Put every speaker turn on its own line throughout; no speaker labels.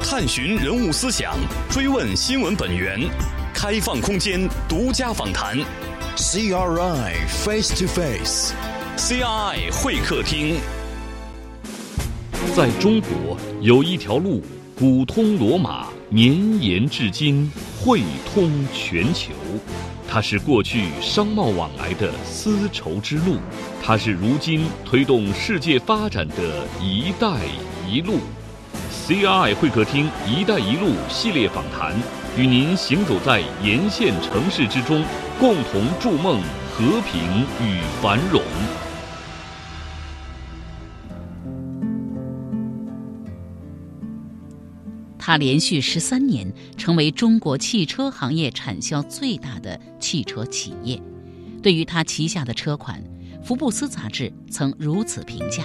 探寻人物思想，追问新闻本源，开放空间独家访谈。
CRI Face to Face，
CRI 会客厅，在中国有一条路，古通罗马，绵延至今，汇通全球。它是过去商贸往来的丝绸之路，它是如今推动世界发展的一带一路。CRI 会客厅“一带一路”系列访谈，与您行走在沿线城市之中，共同筑梦和平与繁荣。
它连续十三年成为中国汽车行业产销最大的汽车企业。对于它旗下的车款，福布斯杂志曾如此评价：“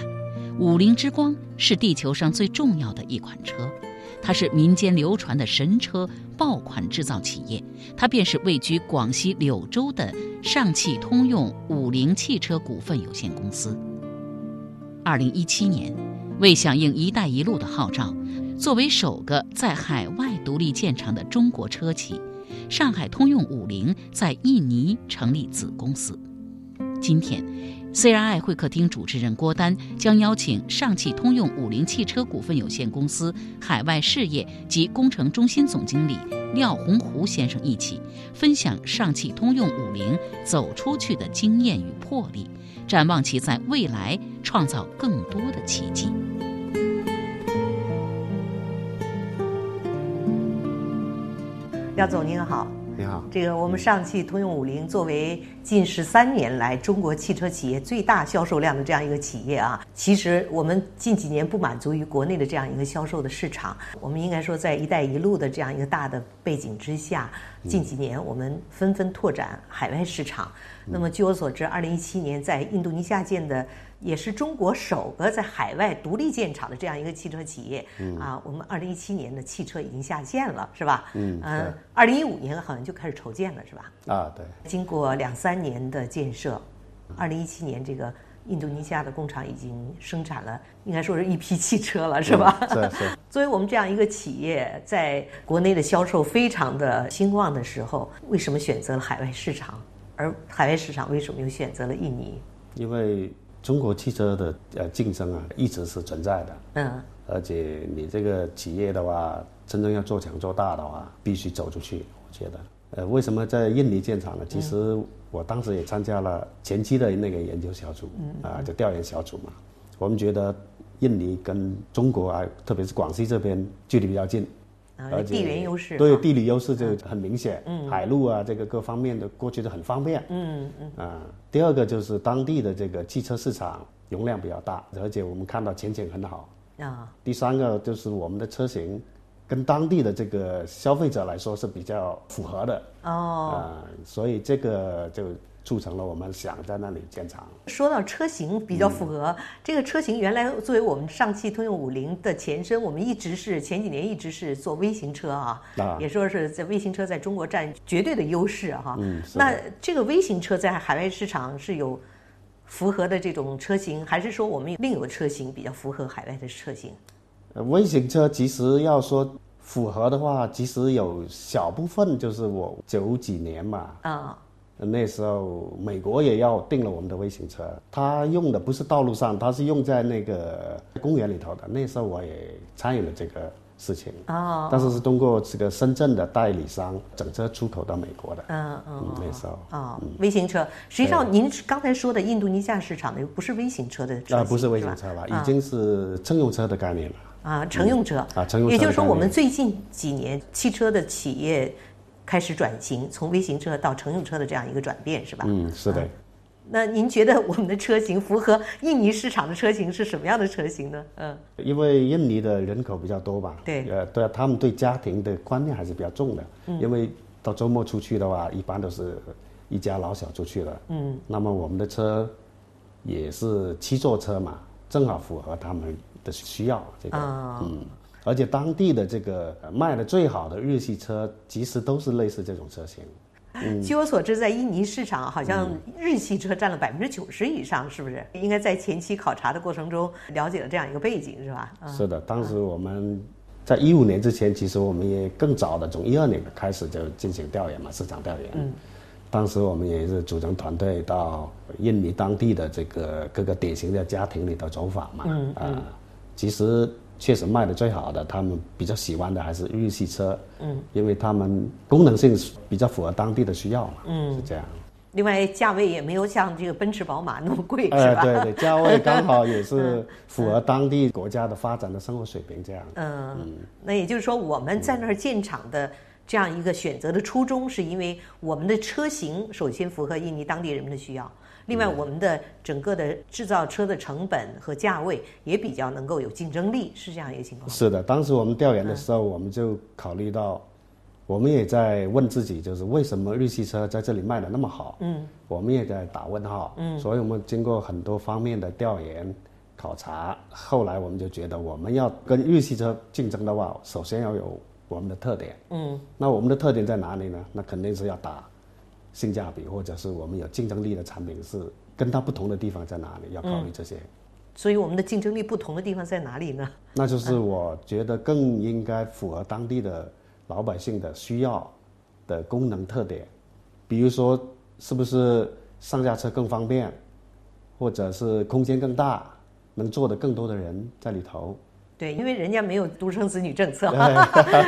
五菱之光是地球上最重要的一款车，它是民间流传的神车爆款制造企业，它便是位居广西柳州的上汽通用五菱汽车股份有限公司。”二零一七年，为响应“一带一路”的号召，作为首个在海外独立建厂的中国车企，上海通用五菱在印尼成立子公司。今天，CRI 会客厅主持人郭丹将邀请上汽通用五菱汽车股份有限公司海外事业及工程中心总经理廖洪湖先生一起，分享上汽通用五菱走出去的经验与魄力，展望其在未来创造更多的奇迹。
廖总您好，
你好，
这个我们上汽通用五菱作为近十三年来中国汽车企业最大销售量的这样一个企业啊，其实我们近几年不满足于国内的这样一个销售的市场，我们应该说在“一带一路”的这样一个大的背景之下，
嗯
近几年我们纷纷拓展海外市场。
嗯
那么据我所知，二零一七年在印度尼西亚建的。也是中国首个在海外独立建厂的这样一个汽车企业、啊，我们二零一七年的汽车已经下线了，是吧？
嗯
嗯
是，
二零一五年好像就开始筹建了，是吧？
啊，对，
经过两三年的建设，二零一七年这个印度尼西亚的工厂已经生产了，应该说是一批汽车了，是吧？
嗯是是，
作为我们这样一个企业，在国内的销售非常的兴旺的时候，为什么选择了海外市场？而海外市场为什么又选择了印尼？
因为中国汽车的呃竞争啊一直是存在的，
嗯
而且你这个企业的话，真正要做强做大的话，必须走出去。我觉得，呃，为什么在印尼建
嗯
厂呢？其实我当时也参加了前期的那个研究小
嗯
组，啊、就调研小组嘛。我们觉得印尼跟中国啊，特别是广西这边距离比较近，
啊
而，且
地缘优势
对
啊嗯
地理优势就很明显，海路啊，这个各方面的过去都很方便，嗯嗯啊。第二个就是当地的这个汽车市场容量比较大，而且我们看到前景很好。
啊，
第三个就是我们的车型跟当地的这个消费者来说是比较符合的
哦。
啊，所以这个就促成了我们想在那里建厂。
说到车型比
嗯
较符合、这个车型，原来作为我们上汽通用五菱的前身，我们一直是前几年一直是做微型车啊，
啊
也说是在微型车在中国占绝对的优势啊哈、
嗯是的
那这个微型车在海外市场是有符合的这种车型，还是说我们有另有车型比较符合海外的车型？
呃，微型车其实要说符合的话，其实有小部分就是我九几年嘛，
啊、
那时候美国也要定了我们的微型车，它用的不是道路上，它是用在那个公园里头的。那时候我也参与了这个事情，
哦，
但是是通过这个深圳的代理商整车出口到美国的。
嗯嗯
嗯，那时候
啊、微型车，实际上您刚才说的印度尼西亚市场的又不是微型车的车型，
啊，不是微型
吧
车了，
哦啊
已经是乘用车的概念了。
啊，乘用车
啊乘用车
也就是说，
的概念
我们最近几年汽车的企业开始转型，从微型车到乘用车的这样一个转变，是吧？
嗯，是的。
那您觉得我们的车型符合印尼市场的车型是什么样的车型呢？嗯，
因为印尼的人口比较多嘛，
对嗯
呃，对啊，他们对家庭的观念还是比较重的，因为到周末出去的话，一般都是一家老小出去了，嗯，那么我们的车也是七座车嘛，正好符合他们的需要，这个，
啊
嗯，而且当地的这个呃卖的最好的日系车，其实都是类似这种车型，嗯
据我所知，在印尼市场啊好像日系车占了百分之九十以上，是不是？应
啊
该在前期考察的过程中了解了这样一个背景，是吧？嗯
是的，当时我们在一五年之前，其实我们也更早的，从一二年开始就进行调研嘛，市场调研。嗯。当时我们也是组成团队到印尼当地的这个各个典型的家庭里头走访嘛。嗯啊，其实确实卖的最好的，他们比较喜欢的还是日系车。嗯。因为他们功能性比较符合当地的需要嘛。嗯。是这样。
另外，价位也没有像这个奔驰、宝马那么贵，
呃
是，吧？
对对，价位刚好也 是符合当地国家的发展的生活水平这样。
嗯，那也就是说，我们在那儿建厂的这样一个选择的初衷，是因为我们的车型首先符合印尼当地人们的需要，另外我们的整个的制造车的成本和价位也比较能够有竞争力，是这样一个情况。
是的，当时我们调研的时候，我们就考虑到，我们也在问自己，就是为什么日系车在这里卖的那么好？嗯，我们也在打问号。嗯，所以我们经过很多方面的调研、考察，后来我们就觉得，我们要跟日系车竞争的话，首先要有我们的特点。嗯，那我们的特点在哪里呢？那肯定是要打性价比，或者是我们有竞争力的产品是跟它不同的地方在哪里，要考虑这些。
所以我们的竞争力不同的地方在哪里呢？
那就是我觉得更应该符合当地的老百姓的需要的功能特点，比如说是不是上下车更方便，或者是空间更大，能坐的更多的人在里头。
对，因为人家没有独生子女政
哎
策，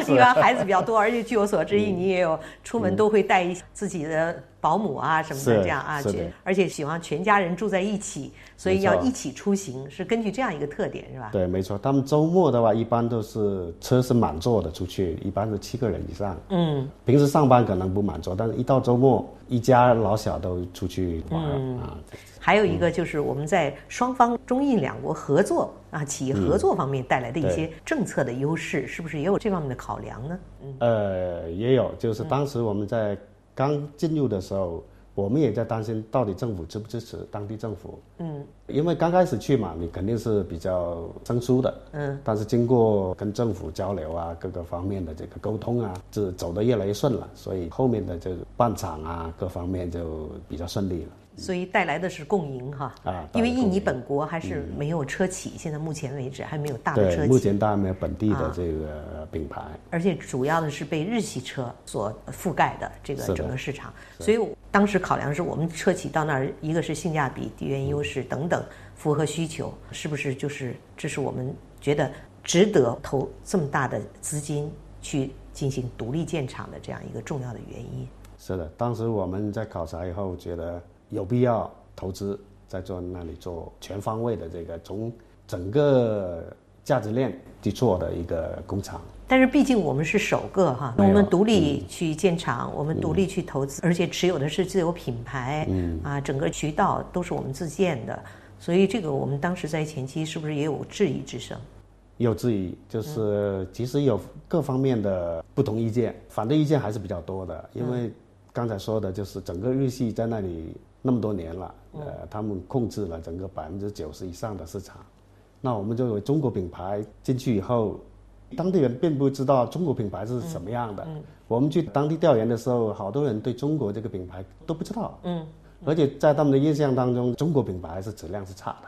因为孩子比较多，而且据我所
嗯
知，印尼也有出门都会带一自己的保姆啊什么的
是
这样啊，
是的
这而且喜欢全家人住在一起，所以
没错
要一起出行，是根据这样一个特点是吧？
对，没错，他们周末的话一般都是车是满座的出去，一般是七个人以上。嗯，平时上班可能不满座，但是一到周末，一家老小都出去玩、啊。
还有一个就是我们在双方中印两国合作啊，企业
嗯
合作方面带来的一些政策的优势，是不是也有这方面的考量呢？
呃，也有，就是当时我们在刚进入的时候，我们也在担心到底政府支不支持当地政府。嗯，因为刚开始去嘛，你肯定是比较生疏的。嗯，但是经过跟政府交流啊，各个方面的这个沟通啊，这走得越来越顺了，所以后面的就是办厂啊，各方面就比较顺利了。
所以带来的是共赢哈，
啊
因为
带来
印
共
尼
赢嗯
本国还是没有车企，现在目前为止还没有大的车
对，
企。啊
目前当然没有本地的这个品牌。
而且主要的是被日系车所覆盖的这个
是的
整个市场，所以我当时考量是我们车企到那儿，一个是性价比、地缘优势等等，符合需求，是不是就是这是我们觉得值得投这么大的资金去进行独立建厂的这样一个重要的原因？
是的，当时我们在考察以后，觉得有必要投资在做那里做全方位的这个从整个价值链去做的一个工厂。
但是毕竟我们是首个哈，我
没有嗯
们独立去建厂，我们独立去投资，而且持有的是自有品牌，
嗯
啊，整个渠道都是我们自建的，所以这个我们当时在前期是不是也有质疑之声？
有质疑，就是其实有各方面的不同意见，反对意见还是比较多的。因为刚才说的，就是整个日系在那里那么多年了，呃，他们控制了整个百分之九十以上的市场。那我们作为中国品牌进去以后，当地人并不知道中国品牌是什么样的。我们去当地调研的时候，好多人对中国这个品牌都不知道。嗯，而且在他们的印象当中，中国品牌是质量是差的。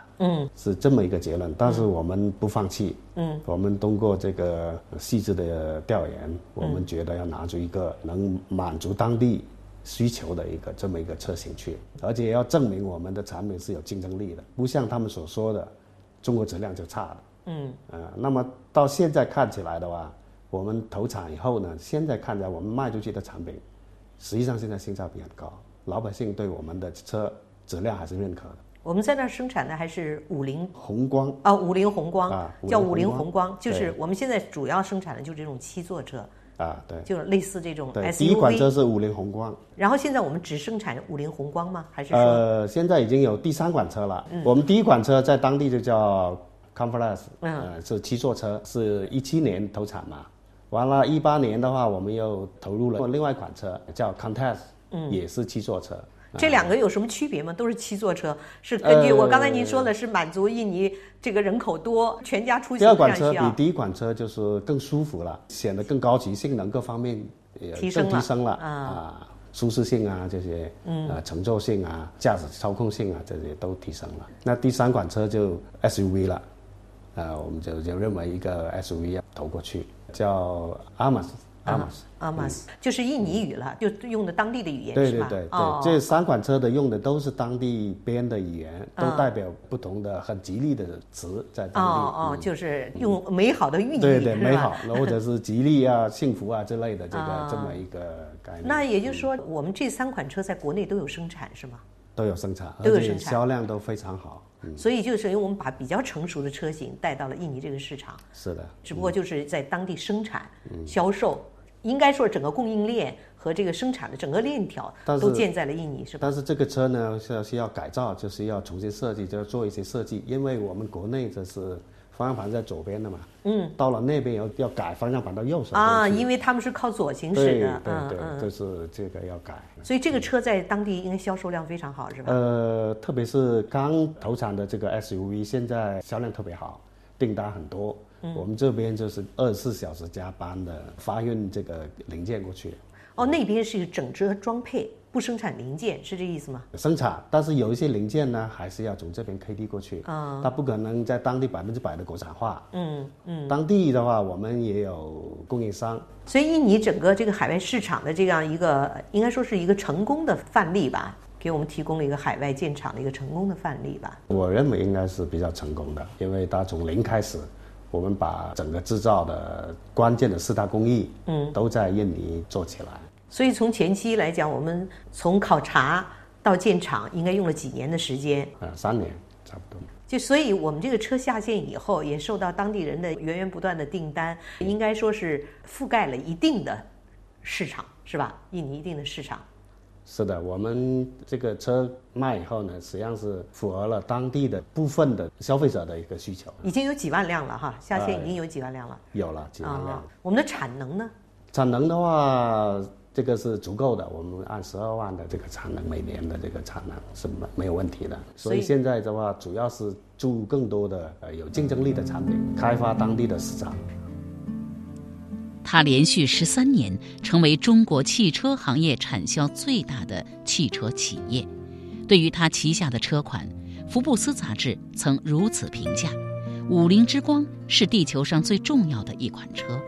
是这么一个结论，但是我们不放弃，嗯，我们通过这个细致的调研，我们觉得要拿出一个能满足当地需求的一个这么一个车型去，而且要证明我们的产品是有竞争力的，不像他们所说的中国质量就差的，嗯，呃，那么到现在看起来的话，我们投产以后呢，现在看起来我们卖出去的产品，实际上现在性价比很高，老百姓对我们的车质量还是认可的，
我们在那儿生产的还是五菱
红光。
啊，五菱宏光、
啊
叫五
五菱
菱
宏光
宏光，就是
对
我们现在主要生产的就是这种七座车，
啊，对，
就是类似这种
对，第一款车
SUV。
是五菱宏光，
然后现在我们只生产五菱宏光吗？还是说、
呃，现在已经有第三款车了。我们第一款车在当地就叫 Conference，
嗯
呃，是七座车，是一七年投产嘛。完了，一八年的话，我们又投入了另外一款车叫 Contest，也
嗯
是七座车。
这两个有什么区别吗？都是七座车，是根据
嗯呃
我刚才您说的是满足印尼这个人口多、全家出行
第
这
二
样
款
需
车比
要。
第一款车就是更舒服了，显得更高级，性能各方面也
提升
更
了
提升了
啊
啊，舒适性啊这些，嗯，呃，乘坐性啊，驾驶操控性啊这些都提升了。那第三款车就 SUV 了，啊、呃，我们就就认为一个 SUV 要投过去，叫 Amas。阿
啊
马斯，
阿玛斯就是印尼语了，就用的当地的语言
嗯对
是
对
吧？
对对，
哦
这三款车的用的都是当地编的语言，都代表不同的很吉利的词在
啊哦
当地。嗯
哦，就是用美好的寓意，
对对，
是
美
吧
好，那或者是吉 利啊、幸福啊之类的这
啊
个这么一个概念。
那也就是说，我们这三款车在国内都有生产，是吗？
都有生产，
都有
而且
生产
销量都非常好。嗯
所以就是因为我们把比较成熟的车型带到了印尼这个市场，
是的，
只不过就是在当地生产、
嗯
销售，应该说整个供应链和这个生产的整个链条
但是
都建在了印尼，是吧？
但是这个车呢是要需要改造，就是要重新设计，就要做一些设计，因为我们国内这是方向盘在左边的嘛，嗯，到了那边要要改方向盘到右手边
啊，
去
因为他们是靠左行驶
对
的，
对
嗯
对，
嗯，
就是这个要改。
所以这个车在当地应该销售量非常好，是吧？
呃，特别是刚投产的这个 SUV，现在销量特别好，订单很多。我们这边就是二十四小时加班的发运这个零件过去
哦，那边是整车装配，不生产零件，是这意思吗？
生产，但是有一些零件呢，还是要从这边 KD 过去。它不可能在当地百分之百的国产化。
嗯
嗯，当地的话，我们也有供应商，
所以印尼整个这个海外市场的这样一个，应该说是一个成功的范例吧，给我们提供了一个海外建厂的一个成功的范例吧。
我认为应该是比较成功的，因为它从零开始，我们把整个制造的关键的四大工艺，嗯，都在印尼做起来。
所以从前期来讲，我们从考察到建厂，应该用了几年的时间。
呃，三年差不多。
就所以我们这个车下线以后，也受到当地人的源源不断的订单，应该说是覆盖了一定的市场，是吧？印尼一定的市场。
是的，我们这个车卖以后呢，实际上是符合了当地的部分的消费者的一个需求，
已经有几万辆了哈，下线
哎
已经有几万辆了
有了几万辆。
啊！我们的产能呢？
产能的话，这个是足够的，我们按十二万的这个产能，每年的这个产能是没没有问题的。
所
所
以
以现在的话，主要是注入更多的呃有竞争力的产品，开发当地的市场。
它连续十三年成为中国汽车行业产销最大的汽车企业。对于它旗下的车款，福布斯杂志曾如此评价：“五菱之光是地球上最重要的一款车，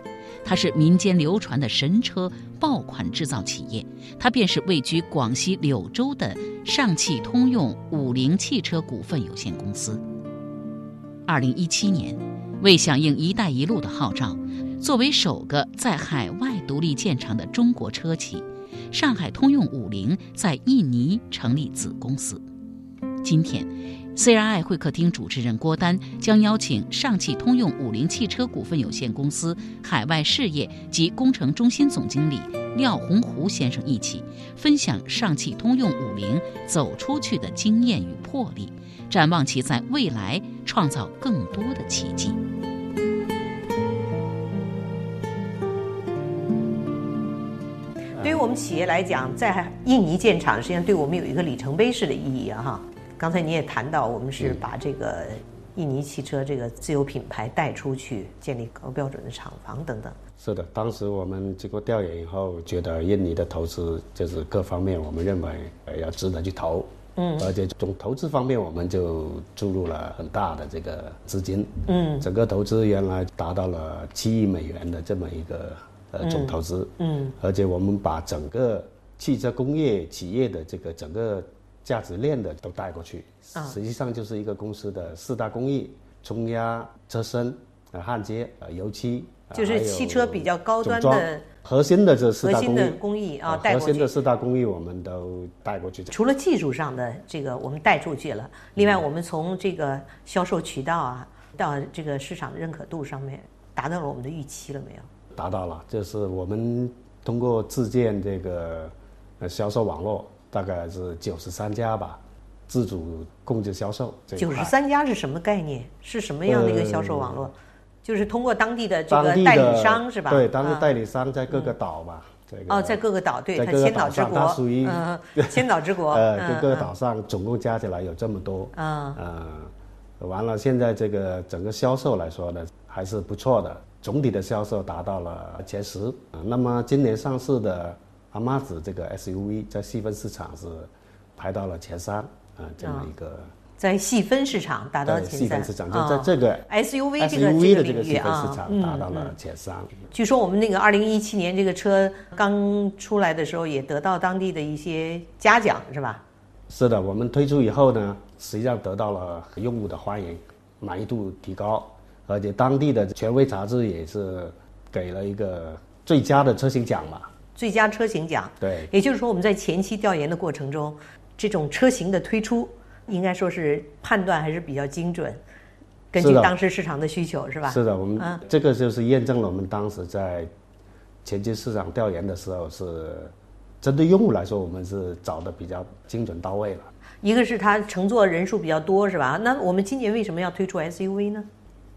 它是民间流传的神车爆款制造企业，它便是位居广西柳州的上汽通用五菱汽车股份有限公司。”二零一七年，为响应“一带一路”的号召，作为首个在海外独立建厂的中国车企，上海通用五菱在印尼成立子公司。今天，CRI 会客厅主持人郭丹将邀请上汽通用五菱汽车股份有限公司海外事业及工程中心总经理廖鸿湖先生一起，分享上汽通用五菱走出去的经验与魄力，展望其在未来创造更多的奇迹。
对于我们企业来讲，在印尼建厂，实际上对我们有一个里程碑式的意义啊！哈，刚才你也谈到，我们是把这个印尼汽车这个自有品牌带出去，建立高标准的厂房等等。
是的，当时我们经过调研以后，觉得印尼的投资就是各方面，我们认为呃要值得去投。嗯，而且从投资方面，我们就注入了很大的这个资金。嗯，整个投资原来达到了七亿美元的这么一个呃总投资。嗯，而且我们把整个汽车工业企业的这个整个价值链的都带过去，
啊
实际上就是一个公司的四大工艺：冲压、车身、呃焊接、呃油漆。呃
就是
还有
汽车比较高端的
总装核心的这四大工
核心
艺
的工艺啊带
核
过去
心的四大工艺我们都带过去。
除了技术上的这个我们带出去了，另
嗯
外我们从这个销售渠道啊，到这个市场认可度上面，达到了我们的预期了没有？
达到了，就是我们通过自建这个呃销售网络，大概是九十三家吧，自主控制销售这一
九
块呃
十。三家是什么概念？是什么样的一个销售网络？就是通过当地的这个
当地的
代理商是吧？
对，当地
啊
代理商在各个岛吧，这个
哦，在各个岛，对，
在
它
各个
千
岛
岛之
上
国，
它属于
嗯，千岛之国，
呃
嗯
各个岛上总共加起来有这么多，
嗯
呃，完了现在这个整个销售来说呢，还是不错的，总体的销售达到了前十。啊那么今年上市的阿玛呃子这个 SUV 在细分市场是排到了前三啊、这么一个。
在细分市场哦达到
对
前
细
三
分市场就在这个
啊 SUV 这个
SUV 的
这
这
个
个
领
细
域
分
啊
市场达到了前三。
据说我们那个二零一七年这个车刚出来的时候，也得到当地的一些嘉奖，是吧？
是的，我们推出以后呢，实际上得到了用户的欢迎，满意度提高，而且当地的权威杂志也是给了一个最佳的车型奖嘛。
最佳车型奖。
对，
也就是说，我们在前期调研的过程中，这种车型的推出，应该说是判断还是比较精准，根据
是的
当时市场的需求，是吧？
是的，我们、
嗯
这个就是验证了我们当时在前期市场调研的时候是针对用户来说，我们是找的比较精准到位了。
一个是它乘坐人数比较多，是吧？那我们今年为什么要推出 SUV 呢？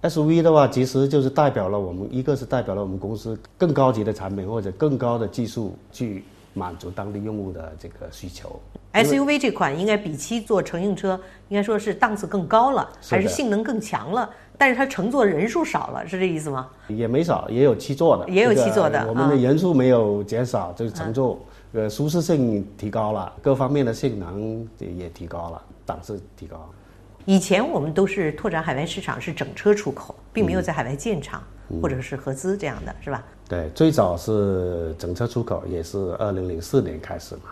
SUV 的话，其实就是代表了我们，一个是代表了我们公司更高级的产品或者更高的技术去满足当地用户的这个需求。
SUV 这款应该比起做乘用车，应该说是档次更高了，
是的
还是性能更强了？但是它乘坐人数少了，是这意思吗？
也没少，也有七座的，
也有
这个
七座的
我们的
啊
人数没有减少，就是乘坐，呃，舒适性提高
啊
了，各方面的性能也也提高了，档次提高。
以前我们都是拓展海外市场是整车出口，并
嗯
没有在海外建厂、或者是合资这样的，是吧？
对，最早是整车出口，也是二零零四年开始嘛，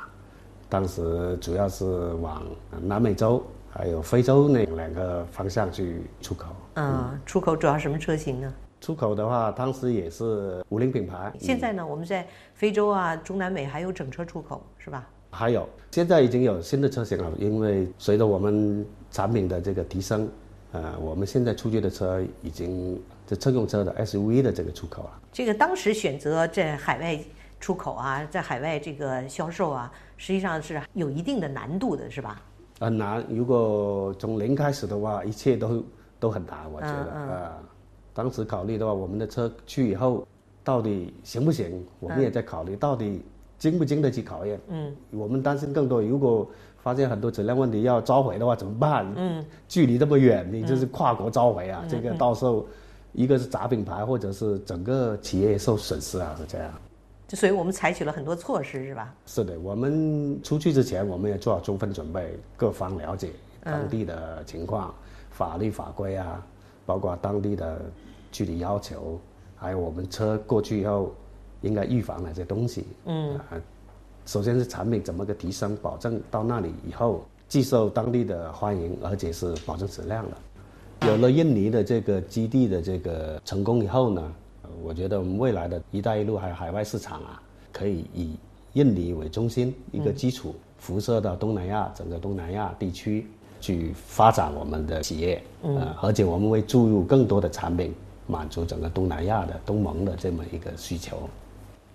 当时主要是往南美洲还有非洲那两个方向去出口。
嗯，出口主要什么车型呢？
出口的话，当时也是五菱品牌，
现在呢，我们在非洲啊、中南美还有整车出口，是吧？
还有现在已经有新的车型了，因为随着我们产品的这个提升，呃，我们现在出去的车已经这乘用车的 SUV 的这个出口了。
这个当时选择在海外出口啊，在海外这个销售啊，实际上是有一定的难度的，是吧？
很难，如果从零开始的话，一切都都很难，我觉得
嗯嗯
呃。当时考虑的话，我们的车去以后到底行不行，我们也在考虑到底经不经得起考验。嗯，我们担心更多，如果发现很多质量问题要召回的话怎么办？嗯，距离这么远，你就是跨国召回啊，这个到时候一个是砸品牌，或者是整个企业受损失啊，是这样。
就所以我们采取了很多措施，是吧？
是的，我们出去之前，我们也做好充分准备，各方了解当地的情况、法律法规啊，包括当地的距离要求，还有我们车过去以后应该预防哪些东西。嗯、首先是产品怎么个提升，保证到那里以后既受当地的欢迎，而且是保证质量的。有了印尼的这个基地的这个成功以后呢，呃我觉得我们未来的一带一路还有海外市场啊，可以以印尼为中心一个基础，辐射到东南亚整个东南亚地区去发展我们的企业，呃，而且我们会注入更多的产品，满足整个东南亚的东盟的这么一个需求。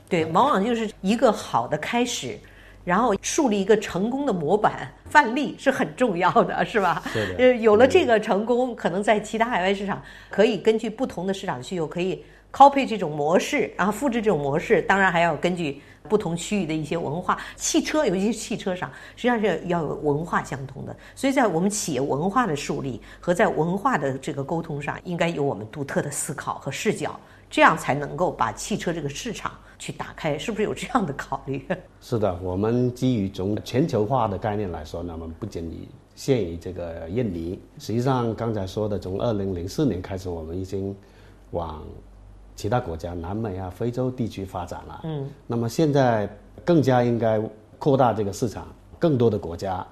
对，
嗯
往往就是一个好的开始，然后树立一个成功的模板范例是很重要的，是吧？
是的
呃，有了这个成功，可能在其他海外市场可以根据不同的市场需求，可以 copy 这种模式，然后复制这种模式。当然还要根据不同区域的一些文化，汽车尤其是汽车上，实际上是要有文化相同的。所以在我们企业文化的树立和在文化的这个沟通上，应该有我们独特的思考和视角。这样才能够把汽车这个市场去打开，是不是有这样的考虑？
是的，我们基于从全球化的概念来说呢，我们不仅以限于这个印尼，实际上刚才说的，从二零零四年开始，我们已经往其他国家、南美啊、非洲地区发展了。嗯，那么现在更加应该扩大这个市场，更多的国家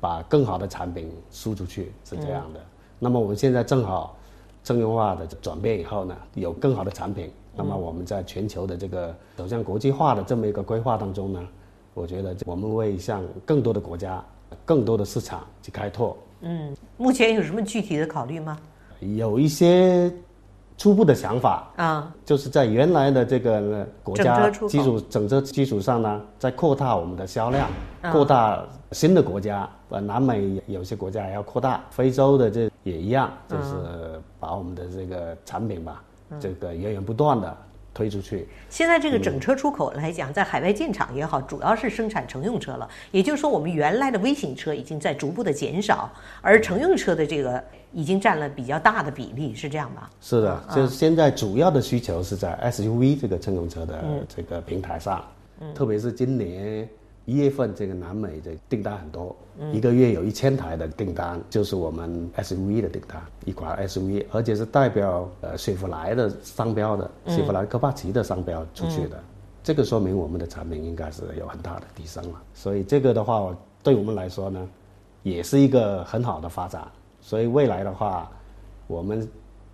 把更好的产品输出去，是这样的。那么我们现在正好政用化的转变以后呢，有更好的产品。那么我们在全球的这个走向国际化的这么一个规划当中呢，我觉得我们会向更多的国家、更多的市场去开拓。
目前有什么具体的考虑吗？
有一些初步的想法，
啊，
就是在原来的这个国家
整车出口
基础整车基础上呢，再扩大我们的销量，
嗯
扩大新的国家，呃，南美有些国家也要扩大，非洲的这也一样，
嗯
就是把我们的这个产品吧，这个源源不断的推出去。
现在这个
嗯
整车出口来讲，在海外建厂也好，主要是生产乘用车了。也就是说，我们原来的微型车已经在逐步的减少，
嗯
而乘用车的这个已经占了比较大的比例，是这样吧？
是的，就是现在主要的需求是在 SUV 这个乘用车的这个平台上，特别是今年一月份这个南美的订单很多，一个月有一千台的订单，就是我们 SUV 的订单，一款 SUV，而且是代表呃雪佛兰的商标的，雪佛兰科帕奇的商标出去的。这个说明我们的产品应该是有很大的提升了。所以这个的话，对我们来说呢，也是一个很好的发展。所以未来的话，我们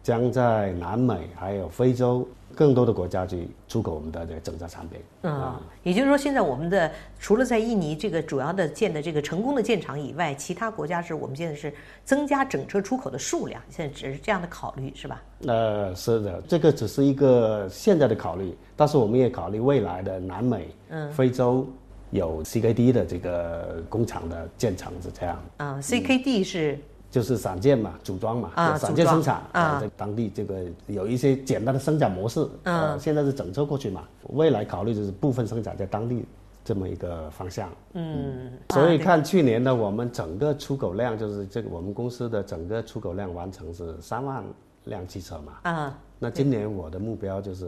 将在南美还有非洲更多的国家去出口我们的这个整车产品。
啊，也就是说，现在我们的除了在印尼这个主要的建的这个成功的建厂以外，其他国家是我们现在是增加整车出口的数量，现在只是这样的考虑，是吧？
呃，是的，这个只是一个现在的考虑，但是我们也考虑未来的南美、嗯、非洲有 CKD 的这个工厂的建厂是这样，
啊，CKD 是
就是散件嘛，组装嘛，
啊
散件生产
组装啊
在当地这个有一些简单的生产模式，
嗯
呃，现在是整车过去嘛，未来考虑就是部分生产在当地这么一个方向，
嗯，
所以
啊
看去年呢，我们整个出口量就是这个我们公司的整个出口量完成是三万辆汽车嘛，
对啊，
那今年我的目标就是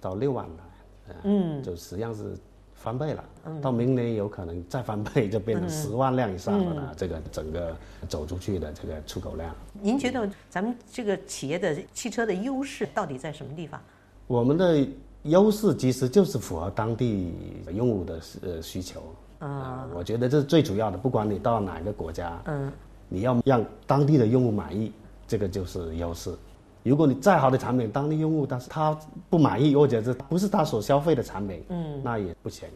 到六万了，嗯，就实际上是翻倍了。
嗯
到明年有可能再翻倍，就变成十万辆以上了
嗯
呢。这个整个走出去的这个出口量，
您觉得咱们这个企业的汽车的优势到底在什么地方？
我们的优势其实就是符合当地用户的呃需求。啊、我觉得这是最主要的。不管你到哪个国家，嗯，你要让当地的用户满意，这个就是优势。如果你再好的产品，当地用户但是他不满意，或者是不是他所消费的产品，嗯，那也不行。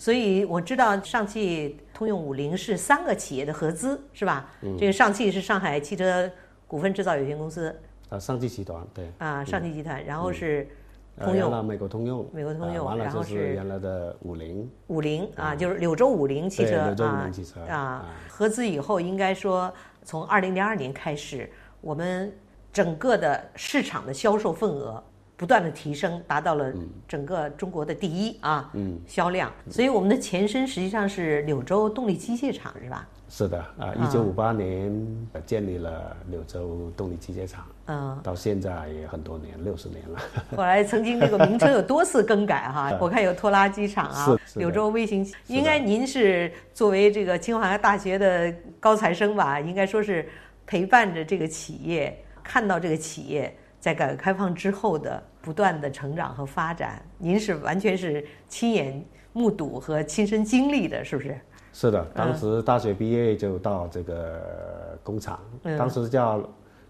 所以我知道上汽通用五菱是三个企业的合资，是吧？
嗯
这个上汽是上海汽车股份制造有限公司
啊，上汽集团对，
啊，上汽集团，然后是
呃
通
原
用。
来美国通用，
美国通
啊
用
完了
然后
就是是原来的五菱，
五菱啊，就是柳州五菱汽
嗯对
车
柳州五
啊
菱汽车
啊，合资以后应该说从二零零二年开始，我们整个的市场的销售份额不断的提升，达到了
嗯
整个中国的第一啊，嗯，销量。所以我们的前身实际上是柳州动力机械厂是吧？
是的啊，一九五八年呃建立了柳州动力机械厂，
嗯，
到现在也很多年，六十年了。
后来曾经这个名称有多次更改哈，我看有拖拉机厂啊
是，是的
柳州微型，应该您是作为这个清华大学的高材生吧，应该说是陪伴着这个企业，看到这个企业在改革开放之后的不断的成长和发展，您是完全是亲眼目睹和亲身经历的，是不是？
是的，当时大学毕业就到这个工厂，当时叫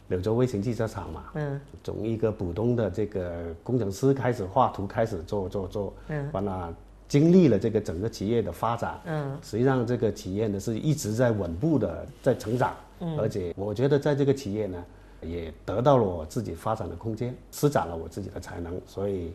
柳州微型汽车厂嘛，
嗯，
从一个普通的这个工程师开始画图，开始做做做，嗯，完了经历了这个整个企业的发展，嗯，实际上这个企业呢是一直在稳步的在成长，嗯，而且我觉得在这个企业呢也得到了我自己发展的空间，施展了我自己的才能，所以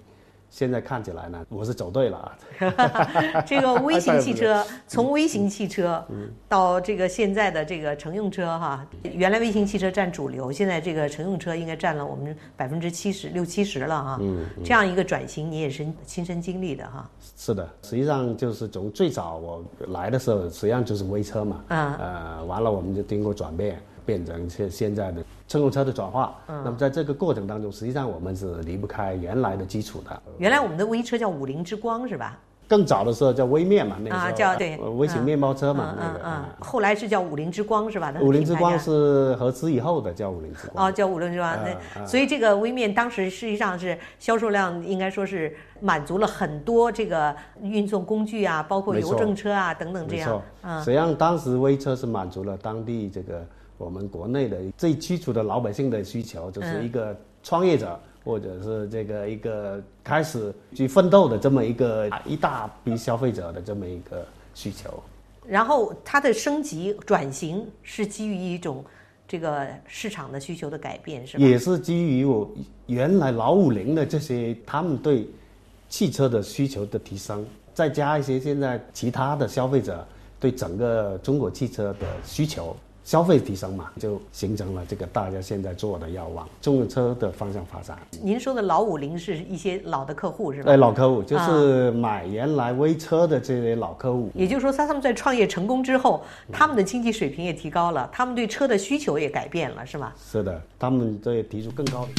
现在看起来呢，我是走对了啊，
这个微型汽车，从微型汽车
嗯
到这个现在的这个乘用车哈，原来微型汽车占主流，现在这个乘用车应该占了我们百分之七十六七十了哈。
嗯
这样一个转型，你也是亲身经历的哈。
是的，实际上就是从最早我来的时候，实际上就是微车嘛，
嗯
呃，完了我们就经过转变，变成现现在的乘用车的转化。
嗯
那么在这个过程当中，实际上我们是离不开原来的基础的。
原来我们的微车叫五菱之光是吧？
更早的时候叫微面嘛，那个时候、
啊叫对
呃微型面包车嘛，
嗯
那
嗯
个。
嗯
啊。
后来是叫五菱之光是吧？它的
五菱
品
之
牌
光
呀
是啊合资以后的，叫五菱之光。
哦，叫五菱之光。那所以这个微面当时实际上是销售量应该说是满足了很多这个运送工具啊，包括
没错
邮政车啊等等这
没
样
错。，嗯实际上当时微车是满足了当地这个我们国内的最基础的老百姓的需求，就是一个创业者。或者是这个一个开始去奋斗的这么一个啊一大批消费者的这么一个需求，
然后它的升级转型是基于一种这个市场的需求的改变，是吧？
也是基于我原来老五菱的这些他们对汽车的需求的提升，再加一些现在其他的消费者对整个中国汽车的需求。消费提升嘛，就形成了这个大家现在做的要往中国车的方向发展。
您说的老五菱是一些老的客户是吧？
对，哎老客户就是买原来微车的这些老客户，
也就是说，他他们在创业成功之后，他们的经济水平也提高了，他们对车的需求也改变了，是吧？
是的，他们对提出更高的。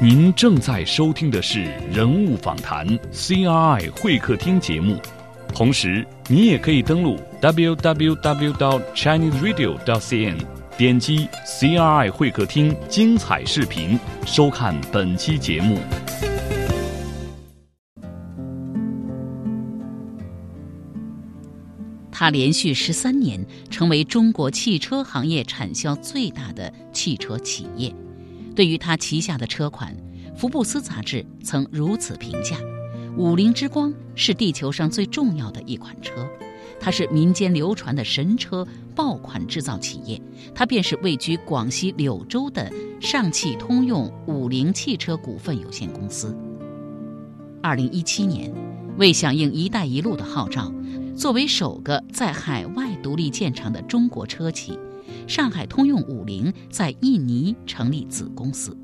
您正在收听的是《人物访谈》CRI 会客厅节目，同时，你也可以登录 www.chineseradio.cn，点击 CRI 会客厅精彩视频，收看本期节目。
他连续十三年成为中国汽车行业产销最大的汽车企业。对于他旗下的车款，福布斯杂志曾如此评价：“五菱之光是地球上最重要的一款车，它是民间流传的神车爆款制造企业，它便是位居广西柳州的上汽通用五菱汽车股份有限公司。”二零一七年，为响应“一带一路”的号召。作为首个在海外独立建厂的中国车企，上海通用五菱在印尼成立子公司。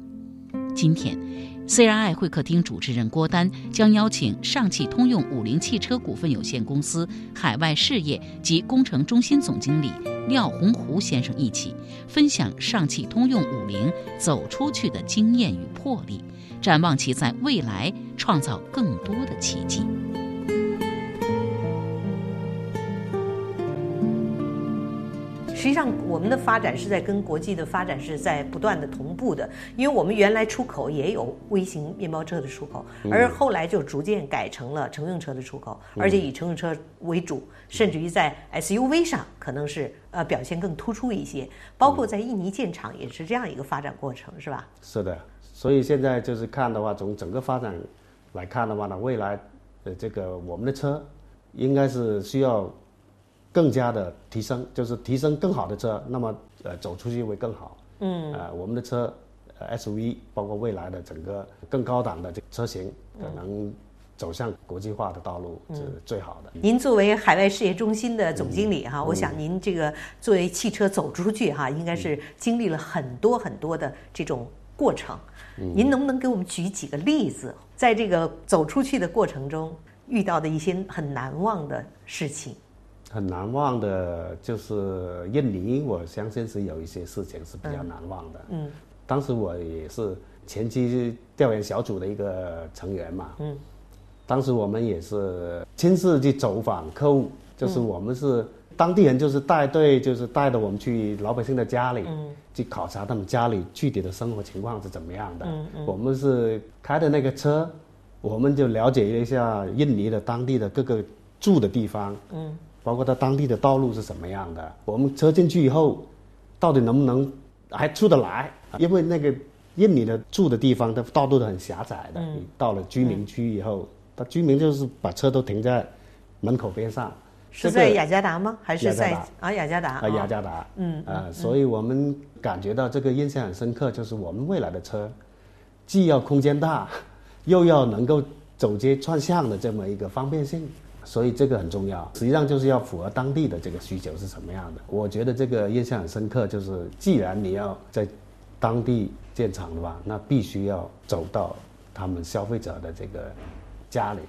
今天，CRI 会客厅主持人郭丹将邀请上汽通用五菱汽车股份有限公司海外事业及工程中心总经理廖洪湖先生一起，分享上汽通用五菱走出去的经验与魄力，展望其在未来创造更多的奇迹。
实际上，我们的发展是在跟国际的发展是在不断的同步的，因为我们原来出口也有微型面包车的出口，而后来就逐渐改成了乘用车的出口，而且以乘用车为主，甚至于在 SUV 上可能是呃表现更突出一些。包括在印尼建厂也是这样一个发展过程，是吧？
是的，所以现在就是看的话，从整个发展来看的话呢，未来呃这个我们的车应该是需要更加的提升，就是提升更好的车，那么呃走出去会更好。嗯，呃我们的车呃 SUV 包括未来的整个更高档的这个车型，可能走向国际化的道路是最好的。
您作为海外事业中心的总经理哈，
嗯
我想您这个作为汽车走出去哈，应该是经历了很多很多的这种过程。
嗯
您能不能给我们举几个例子，在这个走出去的过程中遇到的一些很难忘的事情？
很难忘的就是印尼，我相信是有一些事情是比较难忘的。嗯，当时我也是前期调研小组的一个成员嘛。嗯，当时我们也是亲自去走访客户，就是我们是当地人，就是带队，就是带着我们去老百姓的家里，去考察他们家里具体的生活情况是怎么样的。我们是开的那个车，我们就了解一下印尼的当地的各个住的地方。嗯。包括它当地的道路是什么样的，我们车进去以后，到底能不能还出得来？因为那个印尼的住的地方，它道路都很狭窄的。你到了居民区以后，它居民就是把车都停在门口边上。
是
这
在
个
雅加达吗？还是
雅加达
在啊雅加达？
啊，雅加达，嗯，啊，所以我们感觉到这个印象很深刻，就是我们未来的车，既要空间大， 又要能够走街串巷的这么一个方便性，所以这个很重要。实际上就是要符合当地的这个需求是什么样的。我觉得这个印象很深刻，就是既然你要在当地建厂的话，那必须要走到他们消费者的这个家里，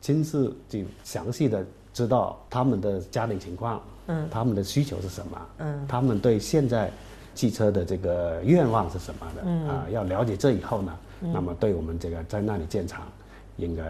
亲自去详细的知道他们的家庭情况，嗯，他们的需求是什么，嗯，他们对现在汽车的这个愿望是什么的，嗯、啊，要了解这以后呢，那么对我们这个在那里建厂，应该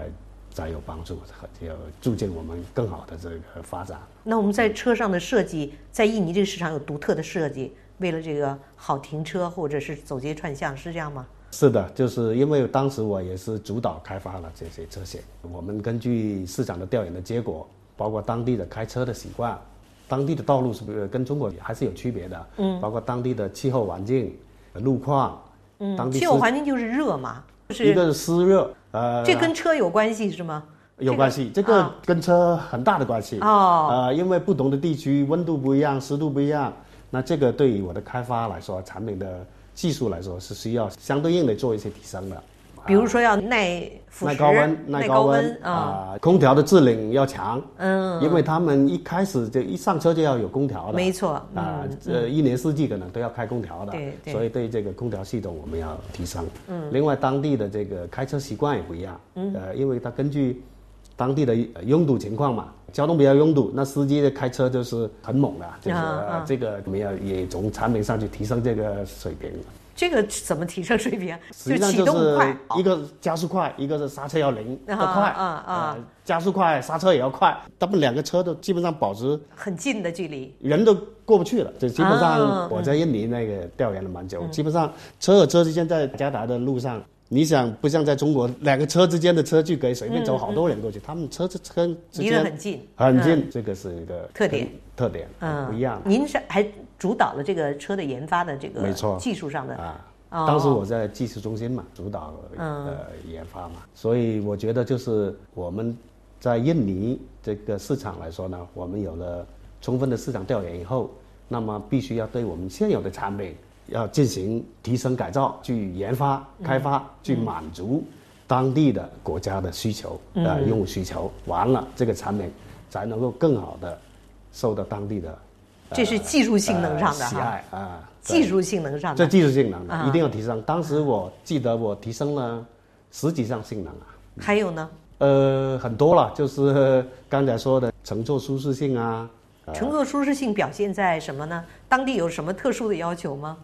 再有帮助，有促进我们更好的这个发展。
那我们在车上的设计，在印尼这个市场有独特的设计，为了这个好停车或者是走街串巷，是这样吗？
是的，就是因为当时我也是主导开发了这些车型。我们根据市场的调研的结果，包括当地的开车的习惯，当地的道路是不是跟中国还是有区别的？嗯，包括当地的气候环境、路况，嗯，当地
气
湿
候环境就是热嘛，
一
是
个是湿热，呃，
这跟车有关系是吗？
有关系，这个跟车很大的关系
哦
呃，因为不同的地区温度不一样，湿度不一样，那这个对于我的开发来说，产品的技术来说是需要相对应的做一些提升的。
比如说要耐腐
耐
蚀、
高温，
耐
高
高
温
温啊，
啊、空调的制冷要强，
嗯，
因为他们一开始就一上车就要有空调的，
没错嗯
啊，这一年四季可能都要开空调的，
对对
所以对这个空调系统我们要提升。嗯，另外当地的这个开车习惯也不一样，嗯，呃，因为它根据当地的呃拥堵情况嘛，交通比较拥堵，那司机的开车就是很猛的，就是、
啊啊
这个我们要也从产品上去提升这个水平。
这个怎么提升水平？啊
实际上
启动
就是
快，
一个加速快，一个是刹车要灵
啊
要快
啊啊
呃加速快，刹车也要快，他们两个车都基本上保持
很近的距离，
人都过不去了。这基本
啊嗯
上我在印尼那个调研了蛮久，基本上车和车之间在加达的路上，你想不像在中国，两个车之间的车距可以随便走好多人过去，他们车之车之
嗯离得
间
很近，
很近，这个是一个
特点
特点，
嗯，
不一样。
您是还主导了这个车的研发的这个
没错
技术上的哦
啊。
嗯
当时我在技术中心嘛，主导呃研发嘛，所以我觉得就是我们在印尼这个市场来说呢，我们有了充分的市场调研以后，那么必须要对我们现有的产品要进行提升改造，去研发
嗯
开发，去满足当地的国家的需求，
嗯
呃，用户需求。完了，这个产品才能够更好的受到当地的
这是技术性能上的
呃喜
哈，
爱啊，对
技术性能上
这
的。
技术性能啊
啊
的一定要提升。当时我记得我提升了十几项性能啊，
还有呢，
呃，很多了，就是刚才说的乘坐舒适性啊。呃
乘坐舒适性表现在什么呢？当地有什么特殊的要求吗？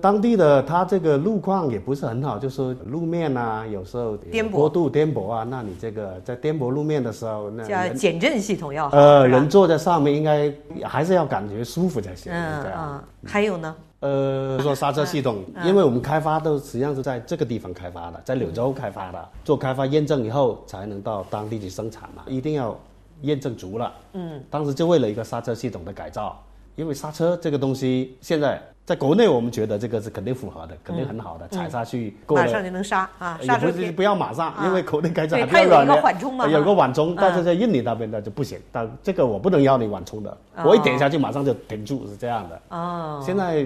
当地的它这个路况也不是很好，就是路面啊，有时候
颠簸
过度颠簸啊，那你这个在颠簸路面的时候，那
叫
人
减震系统要好，
呃
是吧
人坐在上面应该还是要感觉舒服才行，啊
嗯
这样。
嗯，还有呢，
呃，说刹车系统，因为我们开发都实际上是在这个地方开发的，在柳州开发的，做开发验证以后才能到当地去生产嘛，一定要验证足了。嗯，当时就为了一个刹车系统的改造，因为刹车这个东西现在在国内我们觉得这个是肯定符合的，肯定很好的，踩下去够
马
了。呃
上就能刹啊，
也
刹车
不是
片
不要马上，因为口内改造
对
还
它有一
比较软
个
的，
缓冲嘛
呃有个缓冲
嗯，
但是在印尼那边的就不行，但这个我不能要你缓冲的，
哦
我一点下去马上就停住，是这样的。哦，现在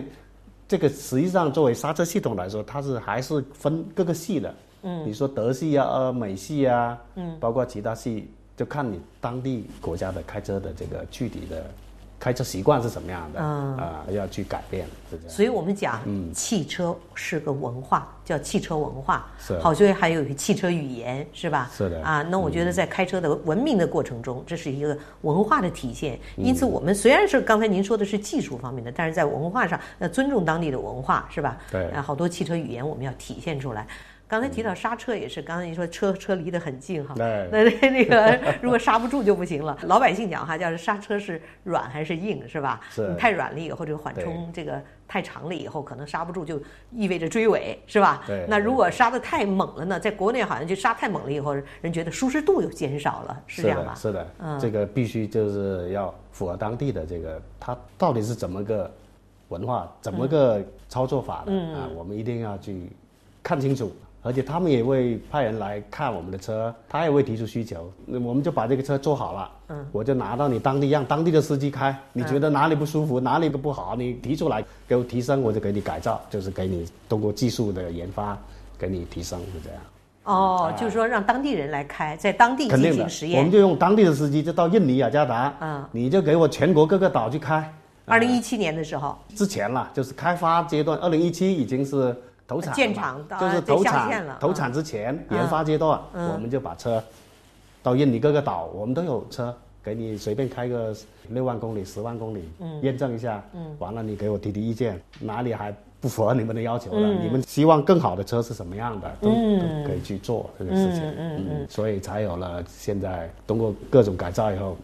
这个实际上作为刹车系统来说，它是还是分各个系的，嗯，你说德系啊、呃美系啊，嗯，包括其他系，就看你当地国家的开车的这个具体的开车习惯是什么样的，
嗯
啊，要去改变，是这样。
所以我们讲，
嗯
汽车是个文化，叫汽车文化。
是啊
好，所以还有一个汽车语言，是吧？
是的嗯
啊，那我觉得在开车的文明的过程中，这是一个文化的体现。
嗯
因此，我们虽然是刚才您说的是技术方面的，但是在文化上要尊重当地的文化，是吧？
对
啊，好多汽车语言我们要体现出来。刚才提到刹车也是，刚才您说车车离得很近哈，
对
那那那个如果刹不住就不行了。老百姓讲哈，叫刹车是软还是硬是吧？
是
你太软了以后，这个缓冲这个太长了以后，可能刹不住，就意味着追尾，是吧？
对
那如果刹得太猛了呢？在国内好像就刹太猛了以后，人觉得舒适度又减少了，是这样吧嗯
的，？是的，这个必须就是要符合当地的这个，它到底是怎么个文化，怎
嗯
么个操作法的、啊？我们一定要去看清楚。而且他们也会派人来看我们的车，他也会提出需求，那我们就把这个车做好了，嗯，我就拿到你当地让当地的司机开，你
嗯
觉得哪里不舒服，哪里不好，你提出来给我提升，我就给你改造，就是给你通过技术的研发给你提升，是这样。
哦，就是说让当地人来开，在当地
嗯肯
进
定
行
的
实，
我们
验。
就用当地的司机，就到印尼雅加达，
嗯
你就给我全国各个岛去开。
二零一七年的时候，
之前啦，就是开发阶段，二零一七已经是投产了嘛
呃建厂的
就是
啊对嗯
投
下线了
产投产之前研发阶段，我们就把车到印尼各个岛，我们都有车。给你随便开个六万公里、十万公里，
嗯
验证一下，完了你给我提提意见，哪里还不符合你们的要求了？
嗯
你们希望更好的车是什么样的，都都可以去做这个事情，嗯，所以才有了现在通过各种改造以后，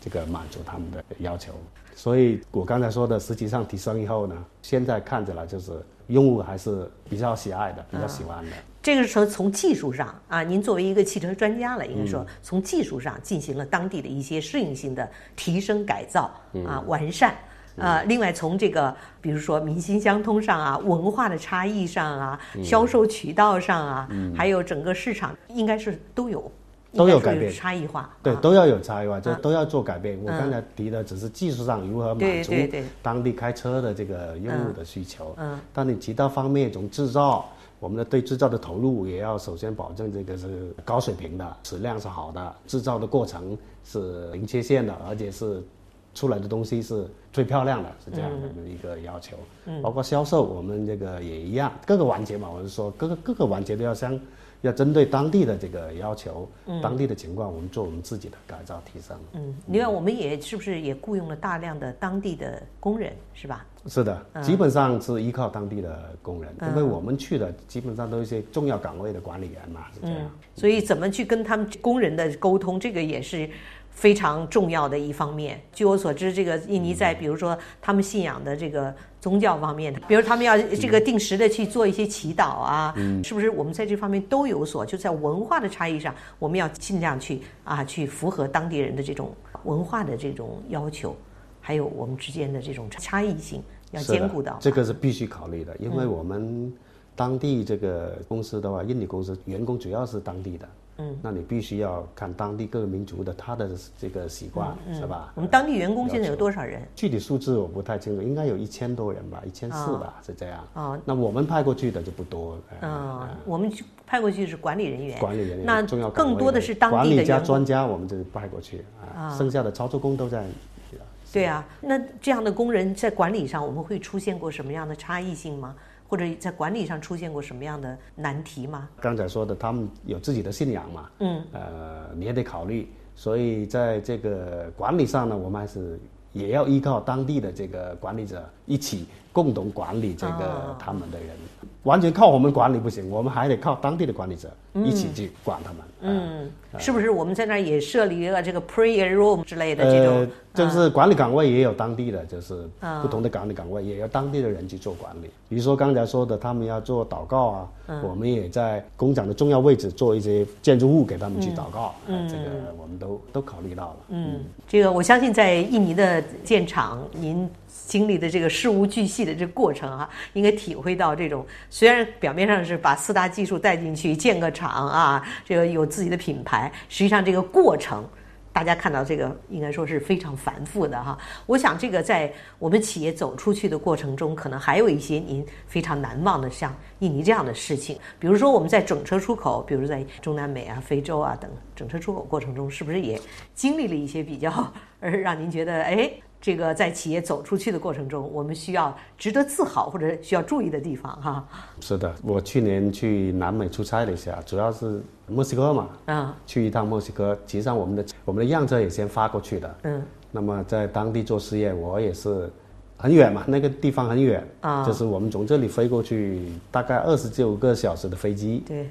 这个满足他们的要求。所以我刚才说的，实际上提升以后呢，现在看起来就是用户还是比较喜爱的，比较喜欢的。
这个时候从技术上啊，您作为一个汽车专家了，应该
嗯
说从技术上进行了当地的一些适应性的提升、改造
嗯
啊、完善。呃，另外从这个，比如说民心相通上啊，文化的差异上啊，
嗯
销售渠道上啊，还有整个市场，应该是都有，
都有
应该
改
是
变
差异化。
对，
啊
都要有差异化，就都要做改变。我刚才提的只是技术上如何
对
满足
对对
当地开车的这个用户的需求。嗯，但你其他方面，从制造，我们的对制造的投入也要首先保证这个是高水平的，质量是好的，制造的过程是零缺陷的，而且是出来的东西是最漂亮的，是这样的一个要求。包括销售，我们这个也一样，各个环节嘛，我是说各个各个环节都要相要针对当地的这个要求、当地的情况，我们做我们自己的改造提升。
嗯，另外我们也是不是也雇佣了大量的当地的工人，是吧？
是的，
嗯
基本上是依靠当地的工人，因为我们去的基本上都是一些重要岗位的管理员嘛，是这样。
嗯所以怎么去跟他们工人的沟通，这个也是非常重要的一方面。据我所知，这个印尼在比如说他们信仰的这个宗教方面，比如他们要这个定时的去做一些祈祷啊，
嗯
是不是？我们在这方面都有所，就在文化的差异上，我们要尽量去啊，去符合当地人的这种啊文化的这种要求，还有我们之间的这种差异性要
是的
兼顾到。
这个是必须考虑的，因为我们当地这个公司的话，印尼公司员工主要是当地的，嗯，那你必须要看当地各个民族的他的这个习惯，是吧？
嗯我们当地员工现在有多少人？
具体数字我不太清楚，应该有一千多人吧，一千四吧，是这样。
哦
那我们派过去的就不多，哎
嗯，我们去派过去是管理人员，
管理人员
那
重要岗位
更多的是当
管
地的
理加
员工。
专家，我们就派过去啊，剩下的操作工都在。
对啊，那这样的工人在管理上，我们会出现过什么样的差异性吗？或者在管理上出现过什么样的难题吗？
刚才说的，他们有自己的信仰嘛，嗯，呃，你也得考虑。所以在这个管理上呢，我们还是也要依靠当地的这个管理者一起共同管理这
哦
个他们的人，完全靠我们管理不行，我们还得靠当地的管理者
嗯
一起去管他们。嗯，
是不是我们在那儿也设立了这个 prayer room 之类的这种？，
呃
嗯
就是管理岗位也有当地的，就是不同的管理岗位也有当地的人去做管理。比如说刚才说的，他们要做祷告啊，
嗯
我们也在工厂的重要位置做一些建筑物给他
嗯
们去祷告，呃这个我们都都考虑到了。嗯，
这个我相信在印尼的建厂，您经历的这个事无巨细的这个过程啊，应该体会到这种虽然表面上是把四大技术带进去建个厂啊，这个有自己的品牌，实际上这个过程。大家看到这个，应该说是非常繁复的哈。我想，这个在我们企业走出去的过程中，可能还有一些您非常难忘的，像印尼这样的事情。比如说，我们在整车出口，比如在中南美啊、非洲啊等整车出口过程中，是不是也经历了一些比较，而让您觉得，哎，这个在企业走出去的过程中，我们需要值得自豪或者需要注意的地方哈？
是的，我去年去南美出差了一下，主要是墨西哥嘛，
嗯
去一趟墨西哥，其实上我们的我们的样车也先发过去的。
嗯，
那么在当地做事业，我也是很远嘛，那个地方很远
啊
就是我们从这里飞过去大概二十九个小时的飞机，
对，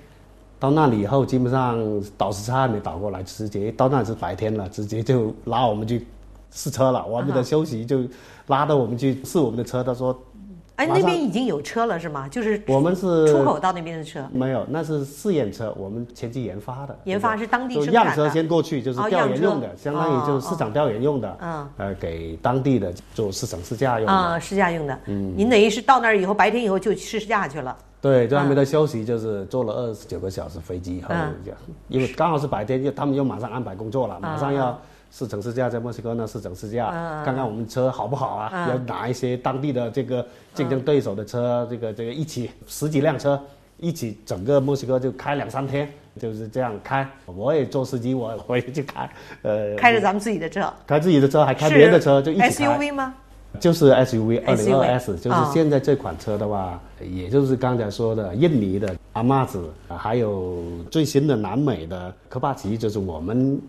到那里以后基本上倒时差还没倒过来，直接到那是白天了，直接就拉我们去试车了，我们的休息就拉到我们去试我们的车，他说
哎，
马上
那边已经有车了是吗？就是
我们是
出口到那边的车。
没有，那是试验车，我们前期研发的。
研发是当地
就
生产的
样车先过去，就是
哦
调研用
样
的，
车
相当于就是市场调研用的。
嗯
呃，给当地的做市场试驾用的。
啊、试驾用的。
嗯
您等于是到那儿以后，白天以后就去试驾去了。
对，就还没得休息，就是坐了二十九个小时飞机以后，
嗯
就因为刚好是白天，就他们又马上安排工作
啊
了，马上要试乘试驾，在墨西哥呢试乘试驾，
啊
看看我们车好不好啊，要拿一些当地的这个竞争对手的
啊
车，这个这个一起十几辆车一起整个墨西哥就开两三天，就是这样开。我也做司机，我我也去开，呃，
开着咱们自己的车，
开自己的车，还开
是
别人的车，就一起开。
SUV 吗？
就是 SUV 二零二 S，
SUV
就是
啊
现在这款车的话，也就是刚才说的印尼的阿玛子，啊还有最新的南美的科帕奇，就是我们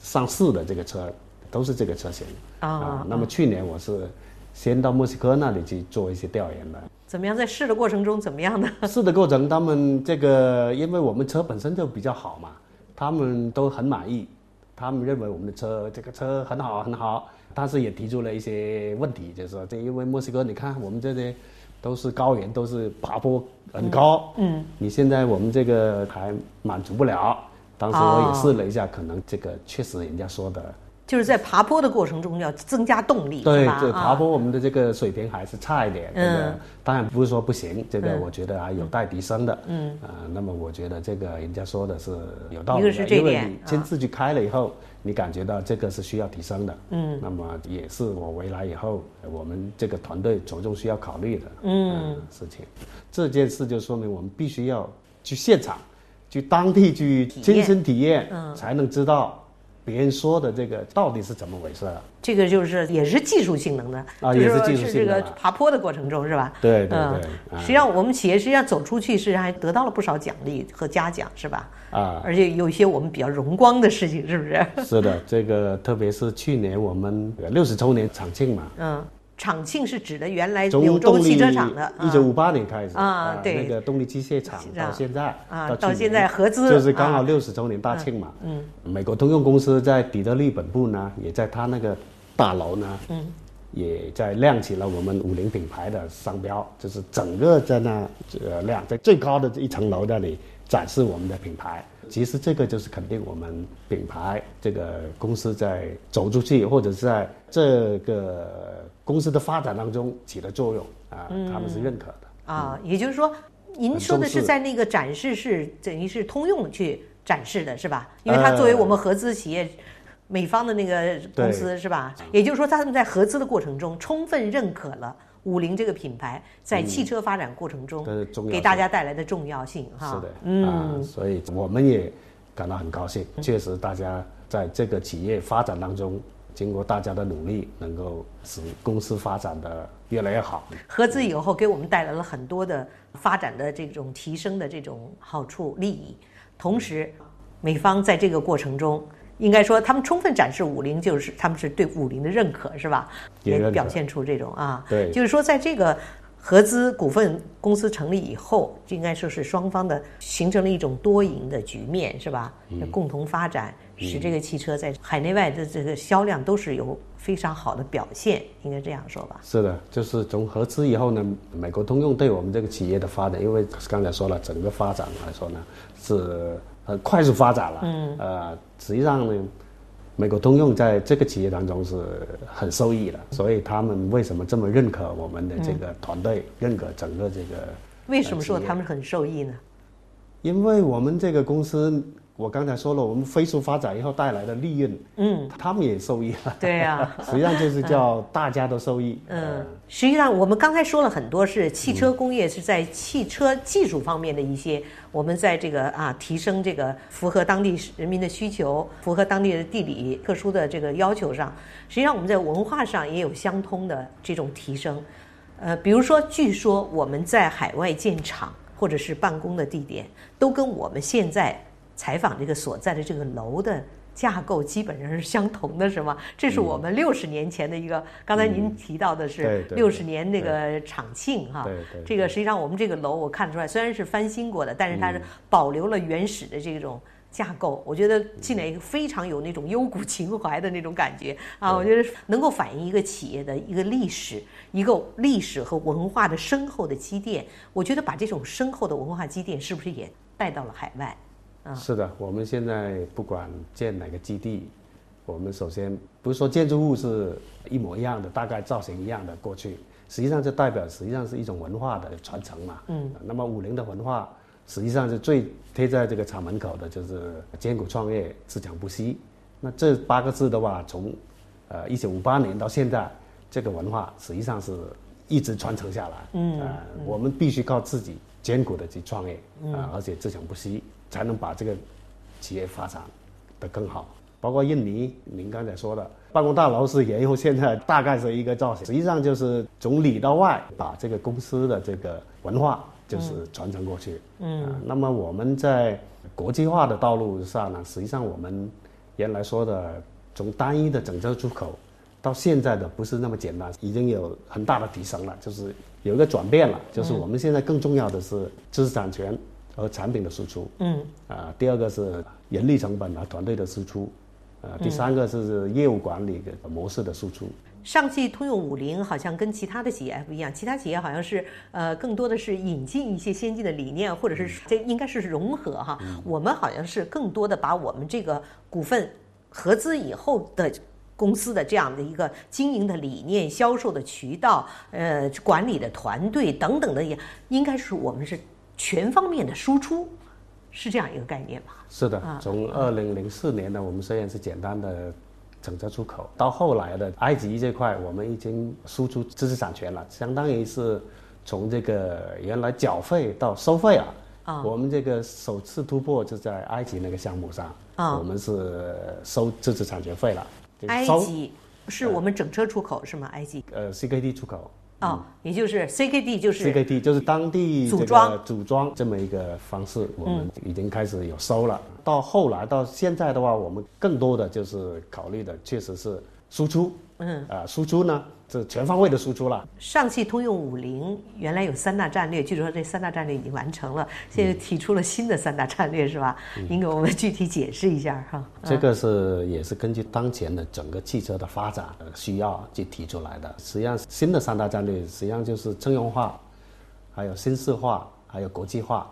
上市的这个车，都是这个车型
啊
那么去年我是先到墨西哥那里去做一些调研的，
怎么样？在试的过程中怎么样呢？
试的过程，他们这个因为我们车本身就比较好嘛，他们都很满意，他们认为我们的车这个车很好很好，但是也提出了一些问题，就是说这因为墨西哥，你看我们这些都是高原，都是爬坡很高，嗯，你现在我们这个还满足不了。当时我也试了一下，可能这个确实人家说的，
就是在爬坡的过程中要增加动力，
对
是吧？
对，爬坡
啊、嗯
我们的这个水平还是差一点。这个当然不是说不行，这个我觉得还有待提升的。嗯，啊，那么我觉得这个人家说的是有道理的，
一个是这一
因为
点啊
你亲自去开了以后，你感觉到这个是需要提升的。嗯，那么也是我回来以后，我们这个团队着重需要考虑的。嗯，事情，这件事就说明我们必须要去现场，去当地去
体验嗯
亲身体验，才能知道别人说的这个到底是怎么回事啊？
这个就是也是技术性能的，
啊
就
也是
说
技术
是
性
这
能
个
啊
爬坡的过程中是吧？
对对对
嗯
啊
实际上我们企业实际上走出去，实际上还得到了不少奖励和嘉奖是吧？
啊，
而且有一些我们比较荣光的事情，是不是？
是的，这个特别是去年我们六十周年厂庆嘛，
嗯，厂庆是指的原来
从
柳州
动力
汽车厂的，
一九五八年开始
啊对
那个动力机械厂
是啊
到现在
啊
去
到
年
现在合资
就是刚好
啊
六十周年大庆嘛。嗯，美国通用公司在底特律本部呢，也在它那个大楼呢，嗯，也在亮起了我们五菱品牌的商标，就是整个在那呃亮在最高的这一层楼那里展示我们的品牌。其实这个就是肯定我们品牌这个公司在走出去，或者是在这个公司的发展当中起的作用啊，
嗯
他们是认可的。
啊，也就是说，您
嗯很
说的
重
是
视
在那个展示是等于是通用去展示的是吧？
哎
因为它作为我们合资企业。美方的那个公司
对
是吧？也就是说，他们在合资的过程中充分认可了五菱这个品牌在汽车发展过程中
嗯它的重要
给
性
大家带来的重要性哈。
是的，啊，所以我们也感到很高兴。确实，大家在这个企业发展当中，经过大家的努力，能够使公司发展的越来越好。
合资以后给我们带来了很多的发展的这种提升的这种好处利益，同时，美方在这个过程中，应该说他们充分展示五菱，就是他们是对五菱的认可，是吧？
也认可
表现出这种啊，
对
就是说在这个。合资股份公司成立以后，应该说是双方的形成了一种多赢的局面，是吧？
嗯
共同发展，使这个汽车在海内外的这个销量都是有非常好的表现，应该这样说吧？
是的，就是从合资以后呢，美国通用对我们这个企业的发展，因为刚才说了，整个发展来说呢是很快速发展了。嗯，呃，实际上呢，美国通用在这个企业当中是很受益的，所以他们为什么这么认可我们的这个团队，认可整个这个？
为什么说
企业
他们很受益呢？
因为我们这个公司，我刚才说了，我们飞速发展以后带来的利润，嗯，他们也受益了。
对啊呀
实际上就是叫大家都受益。
嗯，实际上我们刚才说了很多是汽车工业是在汽车技术方面的一些，我们在这个啊提升这个符合当地人民的需求，符合当地的地理特殊的这个要求上，实际上我们在文化上也有相通的这种提升。呃，比如说，据说我们在海外建厂或者是办公的地点，都跟我们现在采访这个所在的这个楼的架构基本上是相同的，是吗？这是我们六十年前的一个，刚才您提到的是
对对对
六十年那个厂庆哈
对对对，嗯
这个实际上我们这个楼我看出来虽然是翻新过的，但是它是保留了原始的这种。架构，我觉
嗯
得进来一个非常有那种幽谷情怀的那种感觉啊！我觉得能够反映一个企业的一个历史，一个历史和文化的深厚的积淀。我觉得把这种深厚的文化积淀，是不是也带到了海外？
是的，我们现在不管建哪个基地，我们首先不是说建筑物是一模一样的，大概造型一样的过去，实际上就代表实际上是一种文化的传承嘛。嗯，那么五菱的文化实际上是最贴在这个厂门口的，就是艰苦创业，自强不息。那这八个字的话，从呃一九五八年到现在，这个文化实际上是一直传承下来。嗯，呃、我们必须靠自己艰苦的去创业，啊、而且自强不息，才能把这个企业发展得更好。包括印尼，您刚才说的办公大楼是沿用现在大概是一个造型，实际上就是从里到外把这个公司的这个文化就是传承过去。嗯、那么我们在国际化的道路上呢，实际上我们原来说的从单一的整车出口到现在的不是那么简单，已经有很大的提升了，就是有一个转变了，就是我们现在更重要的是知识产权和产品的输出。
嗯，
啊，第二个是人力成本啊，团队的输出，啊，
嗯
第三个是业务管理的模式的输出。
上汽通用五菱好像跟其他的企业还不一样，其他企业好像是呃更多的是引进一些先进的理念，或者
嗯
是这应该是融合哈。我们好像是更多的把我们这个股份合资以后的。公司的这样的一个经营的理念、销售的渠道、呃管理的团队等等的，也应该是我们是全方面的输出，是这样一个概念吧？
是的，从二零零四年呢，我们虽然是简单的整车出口，到后来的埃及这块，我们已经输出知识产权了，相当于是从这个原来缴费到收费了。啊，我们这个首次突破就在埃及那个项目上，
啊
我们是收知识产权费了，就是
埃
收
及是我们整车出口是吗？埃及
呃 CKD 出口。
哦，也就是 CKD 就是
CKD 就是当地这
组
个
装
组装这么一个方式，我们已经开始有收了。到后来到现在的话，我们更多的就是考虑的确实是输出，嗯，啊、输出呢是全方位的输出了。
上汽通用五菱原来有三大战略，据说这三大战略已经完成
嗯
了，现在提出了新的三大战略是吧？您给我们具体解释一下哈。
这个是也是根据当前的整个汽车的发展呃需要去提出来的。实际上，新的三大战略实际上就是乘用化，还有新式化，还有国际化。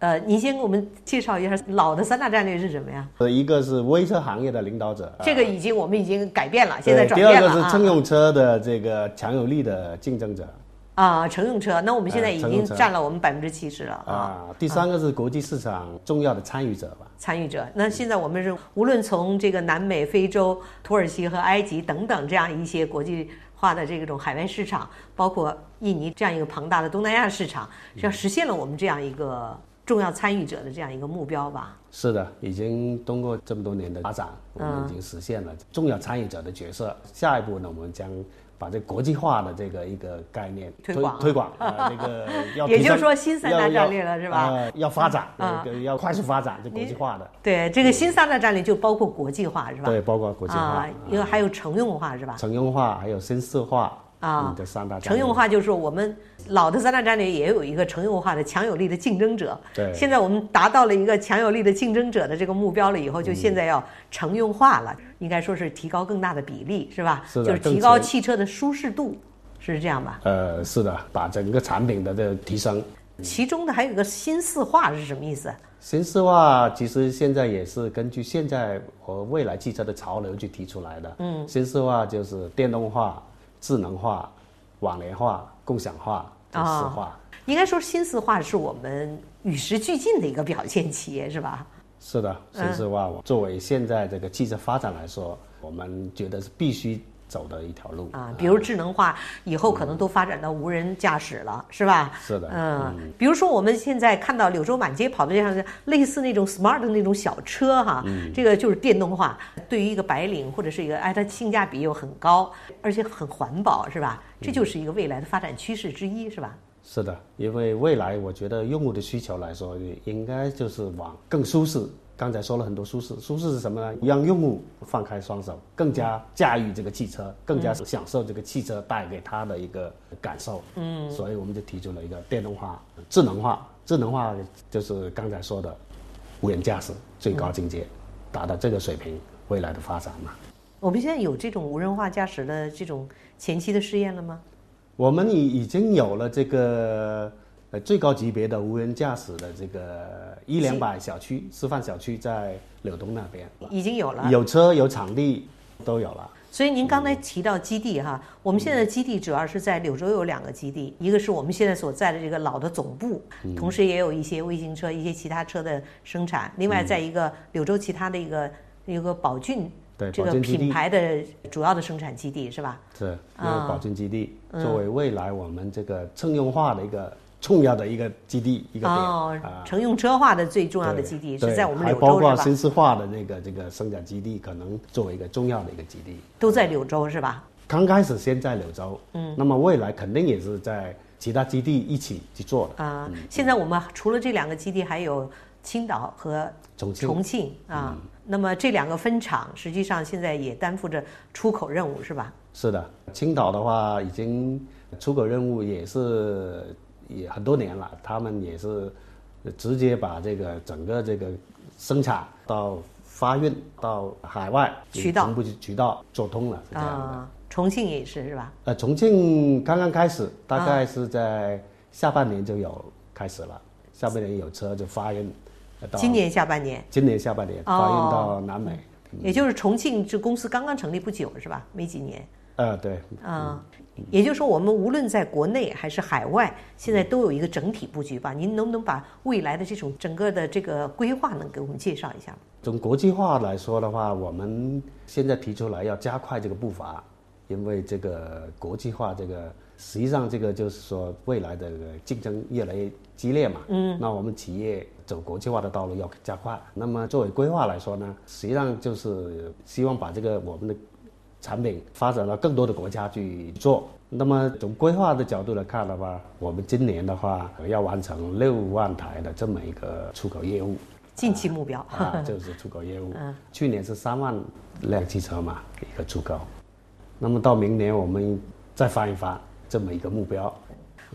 呃， 您先给我们介绍一下老的三大战略是什么呀？
呃，一个是微车行业的领导者，
这个
呃
已经我们已经改变了，现在
对
转
第二
变了
个是乘
啊
用车的这个强有力的竞争者
啊，乘用车，那我们现在
哎
已
乘用
经
车
占了我们百分之七十了啊。
啊。第三个是国际市场重要的参与者吧。
参与者。那现在我们是无论从这个南美、非洲、土耳其和埃及等等这样一些国际化的这种海外市场，包括印尼这样一个庞大的东南亚市场，这样实现了我们这样一个重要参与者的这样一个目标吧。
是的，已经通过这么多年的发展，我们已
嗯
经实现了重要参与者的角色。下一步呢，我们将把这国际化的这个一个概念
推广啊
推广啊，这 个要
也
提
就是
升
说新三大
要
战略了是吧
要呃要发展，
嗯
呃要快速发展，这国际化的，
对，这个新三大战略就包括国际化是吧？
对，包括国际化
啊，，因为还有乘用化是吧？
乘用化，还有新式化
啊
嗯这三大战略
乘用化就是我们老的三大战略也有一个乘用化的强有力的竞争者。
对
现在我们达到了一个强有力的竞争者的这个目标了以后，就
嗯
现在要乘用化了，应该说是提高更大的比例，是吧？
是的
就是
更
提高
全
汽车的舒适度，是这样吧？
呃，是的，把整个产品的这个提升。
其中的还有一个新四化是什么意思？
新式化其实现在也是根据现在和未来汽车的潮流去提出来的。嗯，新式化就是电动化、智能化、网联化、共享化、这四
啊
化。
应该说新四化是我们与时俱进的一个表现，企业是吧？
是的，
嗯
新式化我作为现在这个汽车发展来说，我们觉得是必须走的一条路
啊，比如智能化以后可能都发展到无人驾驶了，是吧？
是的
嗯，比如说我们现在看到柳州满街跑的这样的类似那种 smart 的那种小车哈，这个就是电动化，对于一个白领或者是一个哎，它性价比又很高，而且很环保，是吧？这就是一个未来的发展趋势之一，是吧？
是的，因为未来我觉得用户的需求来说，应该就是往更舒适。刚才说了很多舒适，舒适是什么呢？让用户放开双手，更加驾驭这个汽车，更加享受这个汽车带给他的一个感受。嗯，所以我们就提出了一个电动化、智能化。智能化就是刚才说的无人驾驶最高境界，达到这个水平，未来的发展嘛。
我们现在有这种无人化驾驶的这种前期的试验了吗？
我们已已经有了这个呃最高级别的无人驾驶的这个一两百小区示范小区在柳东那边，
已经有了，
有车有场地都有了。
所以您刚才提到基地哈，
嗯
我们现在的基地主要是在柳州有两个基地，一个是我们现在所在的这个老的总部，
嗯
同时也有一些微型车、一些其他车的生产。另外，在一个柳州其他的一个一个宝骏
对
这个
宝骏基地
品牌的主要的生产基地是吧？
是，因
啊
为宝骏基地作为未来我们这个乘用化的一个重要的一个基地一个点
哦
啊，，
乘用车化的最重
重
要的基地是在我们
还
柳
包
州
括
是吧？
新市化的那个这个生产基地，可能作为一个重要的一个基地。
都在柳州是吧？
刚开始先在柳州，嗯，那么未来肯定也是在其他基地一起去做的。
啊，现在我们除了这两个基地，还有青岛和
重庆
重庆
嗯
啊。那么这两个分厂实际上现在也担负着出口任务，是吧？
是的，青岛的话已经出口任务也是也很多年了，他们也是直接把这个整个这个生产到发运到海外
渠道
全部渠道做通了，是这样的。
啊，重庆也是是吧？
呃，重庆刚刚开
啊
始，大概是在下半年就有开始了，下半年有车就发运到
今年下哦半年，
今年下半年发运到南美。
也就是重庆这公司刚刚成立不久，是吧？没几年
呃，对，
啊。
嗯
也就是说，我们无论在国内还是海外，现在都有一个整体布局吧。您能不能把未来的这种整个的这个规划能给我们介绍一下吗？
从国际化来说的话，我们现在提出来要加快这个步伐，因为这个国际化，这个实际上这个就是说未来的竞争越来越激烈嘛。嗯，那我们企业走国际化的道路要加快。那么作为规划来说呢，实际上就是希望把这个我们的产品发展到更多的国家去做。那么从规划的角度来看的话，我们今年的话要完成六万台的这么一个出口业务。
近期目标。
啊，就是出口业务。
嗯
去年是三万辆汽车嘛，一个出口。那么到明年我们再翻一翻这么一个目标。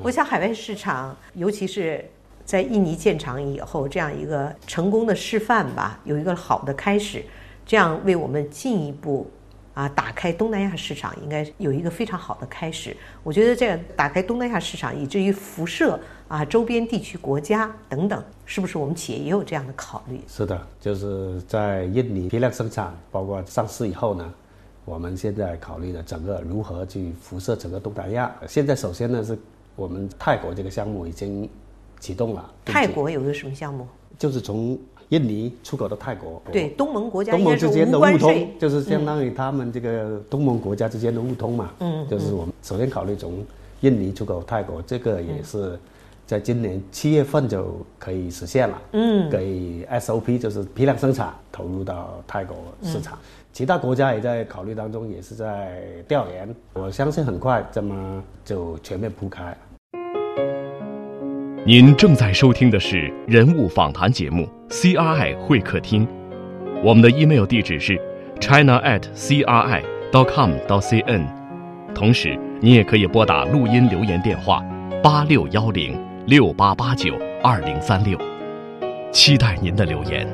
我想海外市场，尤其是在印尼建厂以后，这样一个成功的示范吧，有一个好的开始，这样为我们进一步啊打开东南亚市场，应该有一个非常好的开始。我觉得这样打开东南亚市场，以至于辐射啊周边地区国家等等，是不是我们企业也有这样的考虑？
是的，就是在印尼批量生产，包括上市以后呢，我们现在考虑的整个如何去辐射整个东南亚。现在首先呢是我们泰国这个项目已经启动了，并且
泰国有一个什么项目？
就是从印尼出口到泰国，
对，东盟国家
东
应该
盟
是
之间的
无
互
关
通
税，，
就是相当于他们这个东盟国家之间的互通嘛。
嗯
就是我们首先考虑从印尼出口泰国，这个也是在今年七月份就可以实现了。嗯，可以 SOP 就是批量生产投入到泰国市场，
嗯
其他国家也在考虑当中，也是在调研。我相信很快这么就全面铺开。
您正在收听的是《人物访谈》节目 CRI 会客厅，我们的 email 地址是 china at cri dot com dot cn，同时你也可以拨打录音留言电话八六幺零六八八九二零三六，期待您的留言。